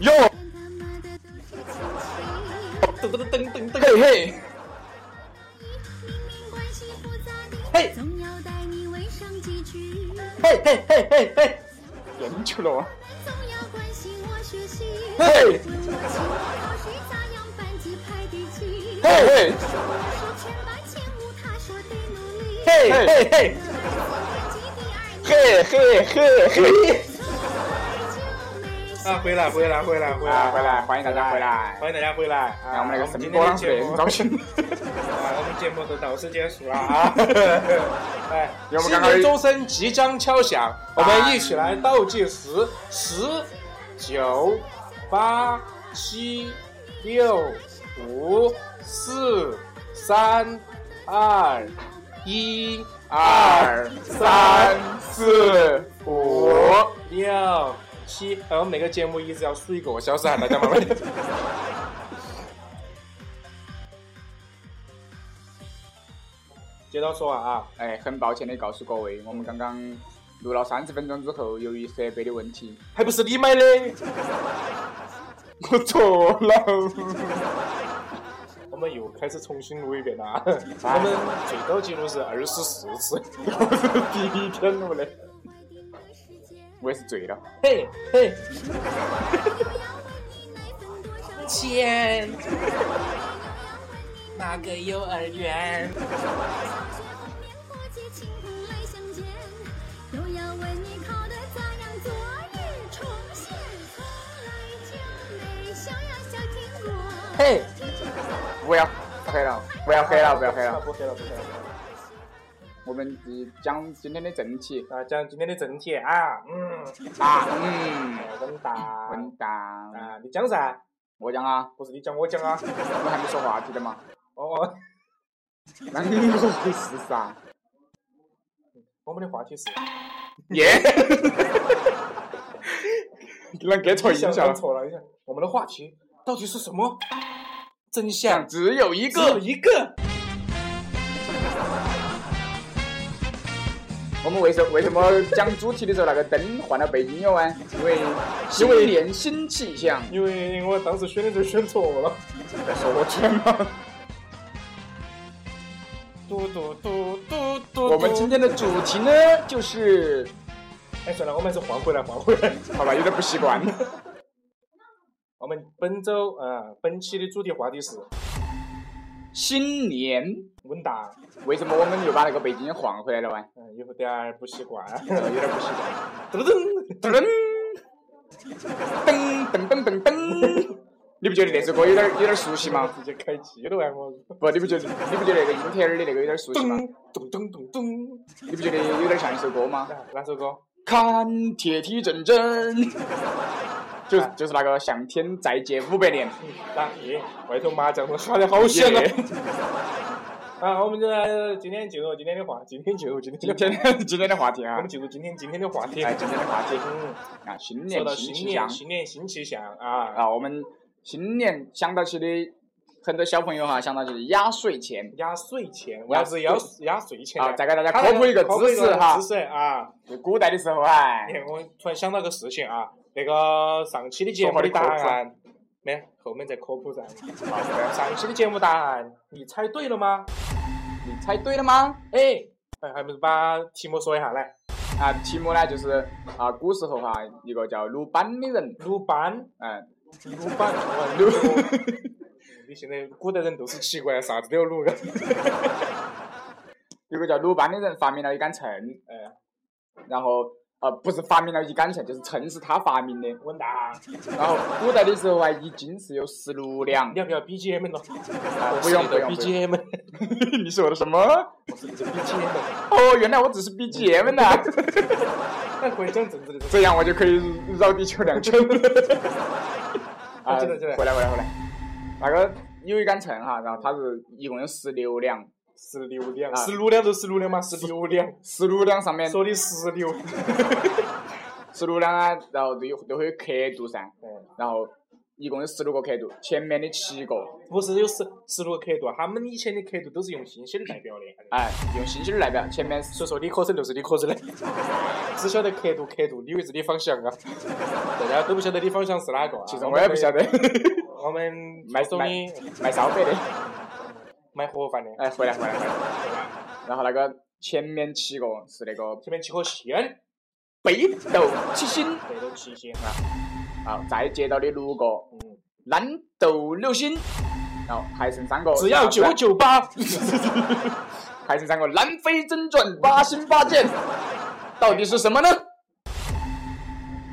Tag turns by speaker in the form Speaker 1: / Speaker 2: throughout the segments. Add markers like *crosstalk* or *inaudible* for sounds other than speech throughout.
Speaker 1: 哟，
Speaker 2: 噔噔噔噔
Speaker 1: 嘿
Speaker 2: 噔，
Speaker 1: 嘿，
Speaker 2: 嘿
Speaker 3: 总要带你问上几句，
Speaker 2: 嘿嘿嘿嘿嘿，
Speaker 1: 人去了我，
Speaker 3: 总要关心我学习，
Speaker 1: 嘿
Speaker 3: 问我期末考试咋样，班级排第几。
Speaker 1: 嘿嘿
Speaker 3: 我说全班前五，他说得努力。
Speaker 2: 嘿嘿嘿，
Speaker 1: 嘿嘿嘿嘿，
Speaker 2: 啊，回来回来回来回来
Speaker 1: 啊，回来，欢迎大家回来。
Speaker 2: 欢迎大家回来啊！
Speaker 1: 然后我们那个
Speaker 2: 今
Speaker 1: 神
Speaker 2: 天
Speaker 1: 波
Speaker 2: 的
Speaker 1: 浪费
Speaker 2: 节
Speaker 1: 人
Speaker 2: 目
Speaker 1: 高兴，
Speaker 2: 啊，我们节目的导师结束了啊！
Speaker 1: *laughs*
Speaker 2: 哎，
Speaker 1: 因为我们
Speaker 2: 新
Speaker 1: 刚刚
Speaker 2: 年钟声即将敲响，我们一起来倒计时：十、九、八、七、六、五、四、三、二、一、
Speaker 1: 二
Speaker 2: 二、
Speaker 1: 三
Speaker 2: 三、
Speaker 1: 四
Speaker 2: 五
Speaker 1: 五，、
Speaker 2: 六、七。然后每个节目一直要输一个，我消失喊大家麻烦。接着说啊，
Speaker 1: 哎，很抱歉的告诉各位，我们刚刚录了三十分钟之后，由于设备的问题，
Speaker 2: 还不是你买的？
Speaker 1: 我错了。
Speaker 2: 我们又开始重新录一遍
Speaker 1: *laughs*
Speaker 2: 了啊！我们最高记录是二十四次，
Speaker 1: 第一天录的，我也是醉了。
Speaker 2: 嘿嘿，
Speaker 4: 钱，那个幼儿园。
Speaker 3: 又要问你考得咋样，昨日重现，从来就没笑呀笑听过。
Speaker 1: 嘿，不要黑了，不要黑了，不要黑
Speaker 2: 啊
Speaker 1: 了。
Speaker 2: 不黑了不黑了。
Speaker 1: 我们讲今天的正题
Speaker 2: 啊，讲今天的正题啊，嗯，
Speaker 1: 啊，嗯，
Speaker 2: 混蛋，
Speaker 1: 混蛋，
Speaker 2: 啊，你讲噻，
Speaker 1: 我讲啊，
Speaker 2: 不是你讲我讲啊，
Speaker 1: 我还没说话题的 *laughs* 嘛，
Speaker 2: 哦。
Speaker 1: 啷个回事噻？
Speaker 2: 我们的话题是
Speaker 1: 耶，你啷
Speaker 2: *laughs*
Speaker 1: 给错
Speaker 2: 想
Speaker 1: 音效了？
Speaker 2: 错了一下，我们的话题到底是什么？真
Speaker 1: 想
Speaker 2: 相
Speaker 1: 只有一
Speaker 2: 只有
Speaker 1: 个，
Speaker 2: 一个。
Speaker 1: 我们为什为什么讲主题的时候那个灯换了背景音乐啊？因为新年新气象，
Speaker 2: 因为我当时选的就选错了。
Speaker 1: 说我天吗？
Speaker 2: 嘟嘟嘟嘟嘟。
Speaker 1: *laughs* 我们今天的主题呢，就是
Speaker 2: 哎，算了，我们还是换回来，换回来。 *laughs*
Speaker 1: 好吧，有点不习惯。
Speaker 2: 我们本周呃本期的主题话题是
Speaker 1: 新年
Speaker 2: 问答，
Speaker 1: 为什么我们又把那个背景音换回来了哇？
Speaker 2: 嗯，有点儿不习 *laughs* 惯，
Speaker 1: 呃有点不习惯。
Speaker 2: 噔噔。
Speaker 1: 噔噔噔噔噔噔，你不觉得那首歌有点有点熟悉吗？
Speaker 2: 直接开机了哎，我
Speaker 1: 不，你不觉得你不觉得那个英特尔的那个有点熟悉吗？
Speaker 2: 咚咚咚咚咚，
Speaker 1: 你不觉得有点像一首歌吗？
Speaker 2: 啊哪首歌？
Speaker 1: 看铁蹄铮铮，就
Speaker 2: 啊
Speaker 1: 就是那个向天再借五百年。
Speaker 2: 那耶，外头麻将声喊得好响啊！啊，我们就来今天进入今天的话，今天进入今天
Speaker 1: 今
Speaker 2: 的话，
Speaker 1: 天 *laughs* 今天的话题
Speaker 2: 我
Speaker 1: 啊
Speaker 2: 们，进入今天今天的话题。
Speaker 1: 哎，今天的话题
Speaker 2: 嗯，
Speaker 1: 啊，新
Speaker 2: 说
Speaker 1: 年
Speaker 2: 到
Speaker 1: 新
Speaker 2: 新
Speaker 1: 气象
Speaker 2: 年，新年新气象啊，
Speaker 1: 啊，我们新年想到起的很多小朋友哈、啊想到就是压岁钱
Speaker 2: 压岁钱，为啥子要压岁钱呢
Speaker 1: 啊，再给大家科普一个
Speaker 2: 科普
Speaker 1: 知识哈
Speaker 2: 知，识啊！
Speaker 1: 就古代的时候哎
Speaker 2: 哎，我突然想到个事情啊，那个上期的节目的答案，没，后面再科普噻。 *laughs* 上期的节目答案，你猜对了吗？
Speaker 1: 你猜对了吗？
Speaker 2: 哎，哎，还不是把题目说一下来。
Speaker 1: 啊，题目呢就是啊，古时候哈、一个叫鲁班的人，
Speaker 2: 鲁班，
Speaker 1: 嗯，
Speaker 2: 鲁班，鲁。你现在古代人都是奇怪，啥子都要鲁。
Speaker 1: 有个叫鲁班的人发明了一杆秤，
Speaker 2: 哎，
Speaker 1: 然后呃不是发明了一杆秤，就是秤是他发明的。
Speaker 2: 稳当，
Speaker 1: 然后古代的时候啊，一斤是有十六两
Speaker 2: 你，要不要 BGM 了？
Speaker 1: 啊
Speaker 2: 我
Speaker 1: 不
Speaker 2: 是
Speaker 1: 用
Speaker 2: 你
Speaker 1: 不
Speaker 2: 的
Speaker 1: 用不用。
Speaker 2: BGM，
Speaker 1: *laughs* 你说的什么？
Speaker 2: 我是你的 BGM。
Speaker 1: 哦，原来我只是 BGM 呢，
Speaker 2: 那可以讲政治的。
Speaker 1: 这样我就可以绕地球两圈。 *laughs* 啊，
Speaker 2: 真的真的
Speaker 1: 回来回来回来，那个有一杆秤哈，然后它是一共有十六两，
Speaker 2: 十六两，
Speaker 1: 啊
Speaker 2: 十六两就十六两嘛，十六两，
Speaker 1: 十六两上面
Speaker 2: 说的十六，
Speaker 1: 十六两啊，然后都有都会有刻度噻，
Speaker 2: 嗯
Speaker 1: 然后一共有十六个刻度，前面的七个，
Speaker 2: 不是有十十六个刻度，他们以前的刻度都是用星星代表的。
Speaker 1: 哎，用星星来表，前面
Speaker 2: 所以说理科生就是理科生的，只晓得刻度刻度，以为是李方向啊，大家都不晓得李方向是哪个、啊。
Speaker 1: 其实我也不晓得。
Speaker 2: 我们
Speaker 1: *laughs* 卖
Speaker 2: 卖手
Speaker 1: 卖
Speaker 2: 的
Speaker 1: 卖烧饼的，
Speaker 2: 卖盒饭的，
Speaker 1: 哎，回来回来回来。然后那个前面七个是那个
Speaker 2: 前面七颗星，
Speaker 1: 北斗七星，
Speaker 2: 这都七星啊。
Speaker 1: 好，再接到的六个
Speaker 2: 嗯，
Speaker 1: 南斗六星，然后还剩三个，
Speaker 2: 只要九九八，
Speaker 1: 还剩三个南非真传八星八箭，到底是什么呢？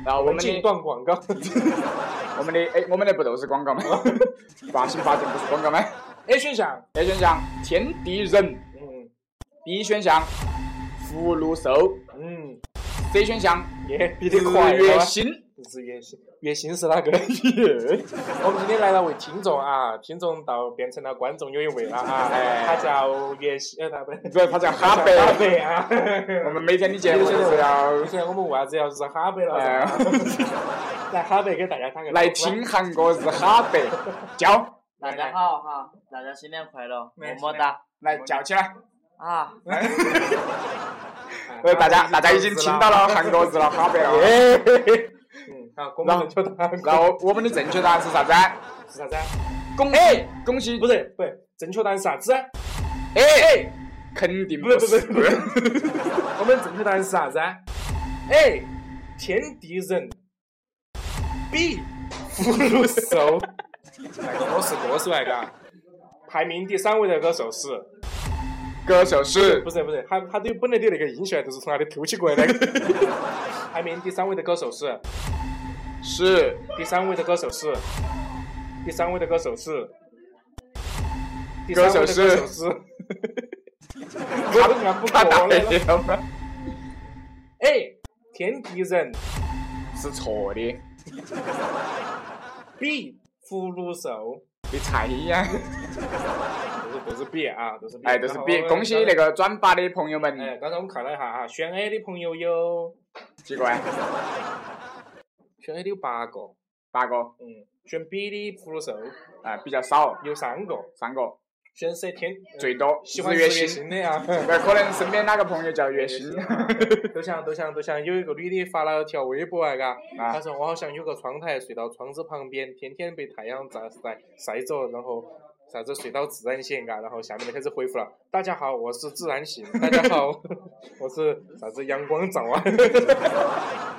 Speaker 1: 然 *laughs* 后我
Speaker 2: 我
Speaker 1: 们
Speaker 2: 们进一
Speaker 1: 的
Speaker 2: 段广告。
Speaker 1: 我们的哎，我们的不都是广 *laughs* 告吗？八星八箭不是广告吗
Speaker 2: A 选项，
Speaker 1: ？A 选项天地人
Speaker 2: 哎嗯
Speaker 1: ，B 选项福禄寿
Speaker 2: 嗯，
Speaker 1: ，C 选项
Speaker 2: 耶，比得快
Speaker 1: 日
Speaker 2: 了
Speaker 1: 月
Speaker 2: 啊。
Speaker 1: 星。
Speaker 2: 是月薪，月薪是哪个？ *laughs* 我们今天来了位听众啊，听众到变成了观众有一位了啊，
Speaker 1: *laughs* 哎
Speaker 2: 他叫月薪，呃，他不，
Speaker 1: *laughs* 不，他叫哈
Speaker 2: 贝哈
Speaker 1: 贝。
Speaker 2: 贝啊。
Speaker 1: *laughs* 我们每天的节目就是要
Speaker 2: 你看我们为啥子要日哈贝了？
Speaker 1: 哎
Speaker 2: *laughs* 来哈贝给大家打个招呼
Speaker 1: 来
Speaker 2: *laughs*
Speaker 1: 听韩国日哈贝， *laughs* 叫
Speaker 5: 大家好哈，大家新年快乐，么么哒
Speaker 1: 来叫起来。
Speaker 5: 啊！
Speaker 2: 哎
Speaker 1: *laughs* 呃，大
Speaker 2: 啊
Speaker 1: 家大家已经听到。了韩国日了哈贝了。
Speaker 2: 嗯，好，我们就打
Speaker 1: 然后我们的正确答案是啥子？
Speaker 2: 是啥子？
Speaker 1: 恭喜恭喜！
Speaker 2: 不是，不是，正确答案是啥子？
Speaker 1: 哎哎，肯定不是。
Speaker 2: 不是我们正确答案是啥子？A.
Speaker 1: 哎
Speaker 2: 天地人，B. 福禄寿。那个我是歌手来个，排名第三位的歌手是，
Speaker 1: 歌手是
Speaker 2: 不是不是，他他对本来的那个音旋都是从哪里偷起过来的。排名第三位的歌手是，
Speaker 1: 是
Speaker 2: 第三位的歌手是，第三位的歌手是，第
Speaker 1: 歌
Speaker 2: 三
Speaker 1: 手
Speaker 2: 位的
Speaker 1: 是
Speaker 2: 歌手是，我都按不
Speaker 1: 他
Speaker 2: 过
Speaker 1: 打
Speaker 2: 来
Speaker 1: 的
Speaker 2: 了。A. 哎天地人。
Speaker 1: 是错的，
Speaker 2: B 福禄寿，
Speaker 1: 你猜 *laughs* 呀？
Speaker 2: 都是都是 B 啊，都是 B。
Speaker 1: 哎，就是比
Speaker 2: 然后
Speaker 1: 恭喜那
Speaker 2: 刚才。
Speaker 1: 个转发的朋友们
Speaker 2: 哎，刚才我们看了一下啊，选 A 的朋友有
Speaker 1: 几个啊？
Speaker 2: 选 A 的有八个，
Speaker 1: 八个
Speaker 2: 嗯，选 B 的福禄寿
Speaker 1: 啊，比较少，
Speaker 2: 有三个，
Speaker 1: 三个
Speaker 2: 选 C 天呃
Speaker 1: 最多。
Speaker 2: 喜欢
Speaker 1: 日月
Speaker 2: 吃月
Speaker 1: 星。
Speaker 2: 薪的呀。
Speaker 1: 那可能身边哪个朋友叫月薪，
Speaker 2: *laughs* 都想都想都想，有一个女的发了条微博啊，嘎，
Speaker 1: 啊
Speaker 2: 她说我好像有个窗台，睡到窗子旁边，天天被太阳晒晒晒着，然后啥子睡到自然醒，嘎，然后下面就开始回复了，大家好，我是自然醒， *laughs* 大家好，我是啥子阳光照啊。 *laughs*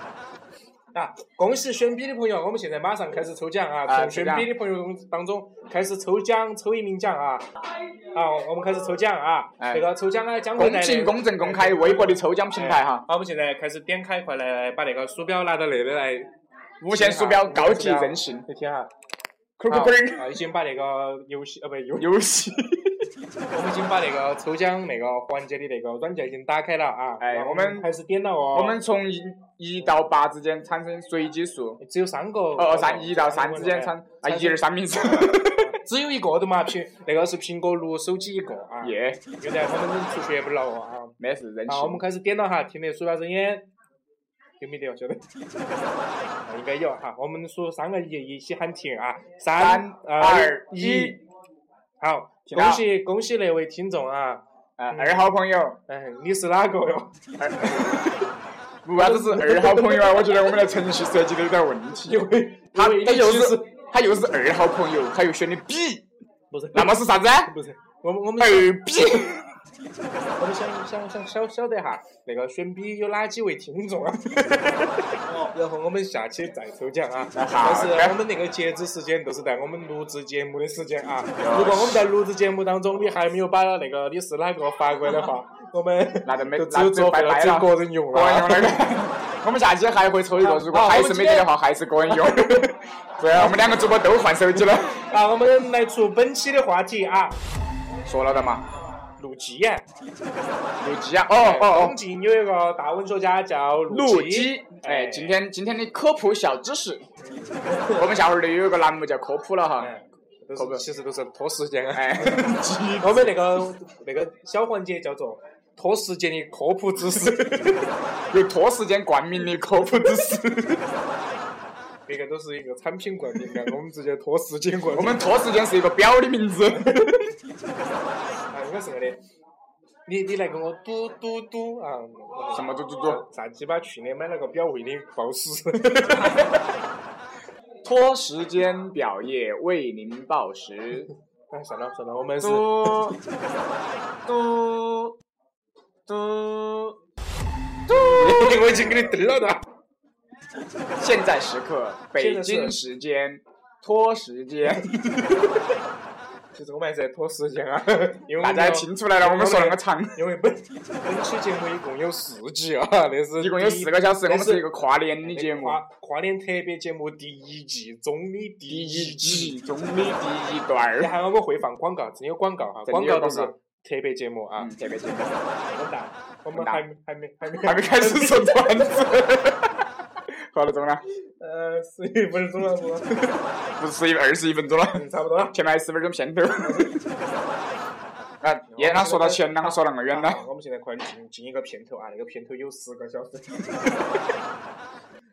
Speaker 2: 啊！恭喜选 B 的朋友，我们现在马上开始抽奖啊！
Speaker 1: 啊
Speaker 2: 从
Speaker 1: 抽
Speaker 2: 选
Speaker 1: 奖
Speaker 2: B 的朋友中当中开始抽奖，抽一名奖啊！啊，我们开始抽奖啊！
Speaker 1: 哎
Speaker 2: 这个抽奖呢，将会
Speaker 1: 公
Speaker 2: 带来
Speaker 1: 平、公正、公开，微博的抽奖平台哈，
Speaker 2: 好，我们现在开始点开，快来把那个鼠标拿到那里来。
Speaker 1: 无线鼠标高级任性，
Speaker 2: 你听哈，
Speaker 1: 扣扣
Speaker 2: 好
Speaker 1: 扣，
Speaker 2: 啊已经把那个游戏，呃，不，游，
Speaker 1: 游戏。
Speaker 2: 我们已经把那个抽奖那个环节的那个软件已经打开了啊。
Speaker 1: 哎
Speaker 2: 然后
Speaker 1: 我
Speaker 2: 我
Speaker 1: 们
Speaker 2: 还是点了哦。
Speaker 1: 我们从一一到八之间产生随机数，
Speaker 2: 只有三个。
Speaker 1: 哦，三一到三之间产啊一二三名次，
Speaker 2: 只有一个的嘛，苹那个是苹果六手机一个
Speaker 1: *laughs*
Speaker 2: 啊。
Speaker 1: 耶，
Speaker 2: 有点我们出血不了啊。
Speaker 1: 没事，任
Speaker 2: 好，我们
Speaker 1: 性。
Speaker 2: 开始点了哈，听得鼠标声音有没得？我觉得 *laughs* 啊应该有哈。我们数三个一，一起喊停啊！
Speaker 1: 三二
Speaker 2: 二
Speaker 1: 一，，
Speaker 2: 好，
Speaker 1: 停了
Speaker 2: 恭喜恭喜那位听众啊！
Speaker 1: 啊，二号朋友，
Speaker 2: 嗯，你是哪个哟？
Speaker 1: 为啥子是二号朋友啊？我觉得我们的程序设计都有点问题。
Speaker 2: 因为
Speaker 1: 他
Speaker 2: 因为
Speaker 1: 他
Speaker 2: 你
Speaker 1: 又
Speaker 2: 其
Speaker 1: 是
Speaker 2: 实
Speaker 1: 他又是二号朋友，他又选的 B，
Speaker 2: 不是？
Speaker 1: 那么是啥子啊？
Speaker 2: 不是我们我们
Speaker 1: 二 B，
Speaker 2: 我们想想想晓晓得哈，那个选 B 有哪几位听
Speaker 1: *laughs*
Speaker 2: 众啊？哦然后我们下期再抽奖啊！但是我们那个截止时间都是在我们录制节目的时间啊。如果我们在录制节目当中，你还没有把那个你是哪个发过来
Speaker 1: *laughs*
Speaker 2: 的话，我们
Speaker 1: 那就没
Speaker 2: 就只有作
Speaker 1: 那
Speaker 2: 废
Speaker 1: 就拜拜
Speaker 2: 只有
Speaker 1: 了
Speaker 2: 个人用
Speaker 1: 个
Speaker 2: 了
Speaker 1: 人用那
Speaker 2: 啊。
Speaker 1: 个。我们下期还会抽一个，如果
Speaker 2: 好
Speaker 1: 还是没得的话，还是个人用。对啊，我们两个主播都换手机了。
Speaker 2: *laughs* 啊，我们来出本期的话题啊，
Speaker 1: 说了的嘛，
Speaker 2: 陆基啊，
Speaker 1: 陆基啊，哦哦
Speaker 2: 东晋有一个大文学家叫
Speaker 1: 哦，
Speaker 2: 陆
Speaker 1: 陆
Speaker 2: 机
Speaker 1: 基。，哎，今天今天的科普小知 *laughs* 识，我们下回儿有一个栏目叫科普了哈。
Speaker 2: 哎都是其实都是拖时间啊。
Speaker 1: 哎， *laughs*
Speaker 2: 我们那个那个小环节叫做拖时间的科普知识。
Speaker 1: *laughs*
Speaker 2: *laughs*
Speaker 1: 有拖时间冠名的科普知识。
Speaker 2: 别个都是一个产品冠名的，我们直接拖时间冠
Speaker 1: 我
Speaker 2: 名。
Speaker 1: 们拖时间是一个表的名字。
Speaker 2: 啊，应该是这样的。你你来给我嘟嘟嘟啊！
Speaker 1: 什么嘟嘟嘟？
Speaker 2: 啥鸡巴去年买了个表为你暴食。
Speaker 1: 拖时间表业为您报时。
Speaker 2: *laughs* 哎，算了算了，我们是
Speaker 1: 嘟嘟嘟嘟！ *laughs* 我已经给你嘚了的。现在时刻，北京时间，拖时间，
Speaker 2: 其实我们还是在拖时
Speaker 1: *laughs*
Speaker 2: 间啊，因为我
Speaker 1: 大
Speaker 2: 们
Speaker 1: 家
Speaker 2: 要
Speaker 1: 听出来了，我们说那么长，
Speaker 2: 因为本本期节目一共有四集啊，那是
Speaker 1: 一共有
Speaker 2: 第
Speaker 1: 四个小时，我
Speaker 2: 那
Speaker 1: 们是一个跨年的节目，
Speaker 2: 跨跨年特别节目第一季中的第
Speaker 1: 第
Speaker 2: 一
Speaker 1: 一集中的第一段
Speaker 2: 然
Speaker 1: 儿，
Speaker 2: 后我们会放广告，真有广告哈，
Speaker 1: 真的
Speaker 2: 广
Speaker 1: 有
Speaker 2: 告都是
Speaker 1: 广告
Speaker 2: 特别节目啊
Speaker 1: 嗯，，特别节目，
Speaker 2: 很大。我们
Speaker 1: 很大
Speaker 2: 还没还没还没
Speaker 1: *laughs* 还没开始说段子， *laughs* 好多钟了？
Speaker 2: *laughs* 呃，十一分钟了， *laughs* 我
Speaker 1: 不是十一二十一分钟了。
Speaker 2: 嗯差不多了。
Speaker 1: 前面还十分钟片头。啊，也他说到前了，他说那么远了。
Speaker 2: 好我们现在快进进一个片头啊，那个片头有十个小时。 *laughs*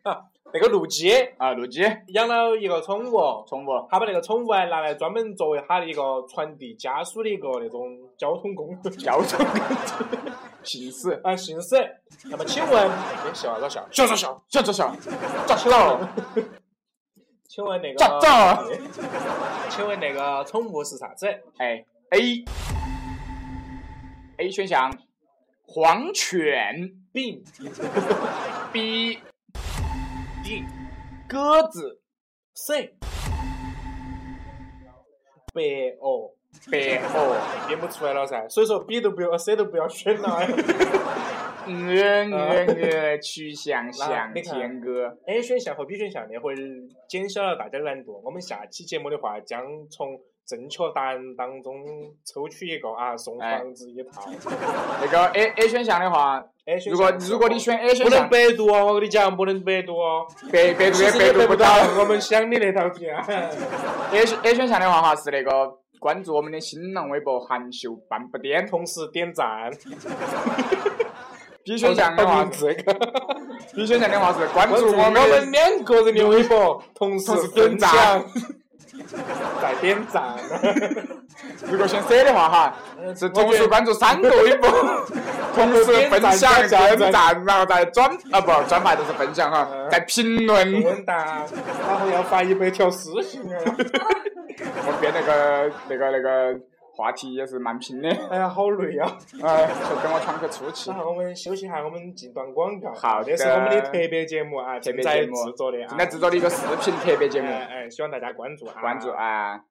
Speaker 2: 啊，那个陆基
Speaker 1: 啊，陆基，
Speaker 2: 养了一个宠物，哦
Speaker 1: 宠物，
Speaker 2: 他把那个宠物还拿来专门作为他的一个传递家书的一个那种交通工具。
Speaker 1: 交通工具，行驶，
Speaker 2: *laughs* 啊，行驶。那么请问，哎笑啊，老笑，
Speaker 1: 笑笑笑笑笑笑，抓到，
Speaker 2: 请问那个，
Speaker 1: 抓到，
Speaker 2: *laughs* 请问那个宠物是啥子？
Speaker 1: 哎，A A 选项，黄犬
Speaker 2: 饼
Speaker 1: ，B D 鸽子，
Speaker 2: C 白鹅，
Speaker 1: 白鹅，
Speaker 2: 编不出来了噻。所以说 B 都不要，C 都不要选
Speaker 1: *laughs*
Speaker 2: 了。
Speaker 1: 鹅鹅鹅，曲项向
Speaker 2: 那你看
Speaker 1: 天歌。
Speaker 2: A 选项和 B 选项呢，会减小了大家的难度。我们下期节目的话，将从正确答案当中抽取一个啊，送
Speaker 1: 哎
Speaker 2: 房子一套。
Speaker 1: 那个 A A 选项的话，
Speaker 2: A 选
Speaker 1: 哎如果
Speaker 2: 项是
Speaker 1: 如果你
Speaker 2: 我
Speaker 1: 选 A
Speaker 2: 不
Speaker 1: 选
Speaker 2: 能
Speaker 1: 项，
Speaker 2: 百度哦，我跟你讲，不能百度哦。
Speaker 1: 百百度
Speaker 2: 其
Speaker 1: 也
Speaker 2: 实也
Speaker 1: 百度
Speaker 2: 百
Speaker 1: 不啊
Speaker 2: 不
Speaker 1: 到
Speaker 2: 到。我们想的那套片。
Speaker 1: A 选 A 选项的话哈是那个关注我们的新浪微博“含羞半步颠
Speaker 2: 同时点 *laughs* 赞，”
Speaker 1: B 选项的话
Speaker 2: *laughs* 这个。
Speaker 1: ，B 选项的话是关
Speaker 2: 关注
Speaker 1: 注
Speaker 2: 我
Speaker 1: 我
Speaker 2: 们
Speaker 1: 们的
Speaker 2: 两个人的微博，同时分享，再点赞。
Speaker 1: 如果选 C 的话哈，是同时关注三个微
Speaker 2: *laughs*
Speaker 1: 博，同时分享、
Speaker 2: 点赞
Speaker 1: 点赞，然后再
Speaker 2: *laughs*
Speaker 1: 转啊不转发就是分享哈，
Speaker 2: 嗯
Speaker 1: 再评论，我
Speaker 2: 问答，然后要发一百条私信 *laughs* 啊！
Speaker 1: 们编那个那个那个话题也是蛮拼的，
Speaker 2: 哎呀，好累啊！
Speaker 1: 呃，就跟我喘口粗气
Speaker 2: *laughs* 然。后我们休息一下，我们进段广告。
Speaker 1: 好的
Speaker 2: 这是我们的特别节目啊，
Speaker 1: 特
Speaker 2: 正
Speaker 1: 别
Speaker 2: 在
Speaker 1: 节目
Speaker 2: 制作的啊，
Speaker 1: 正在制作的一个视频特别节目，
Speaker 2: 哎哎，希望大家关注啊！
Speaker 1: 关注啊。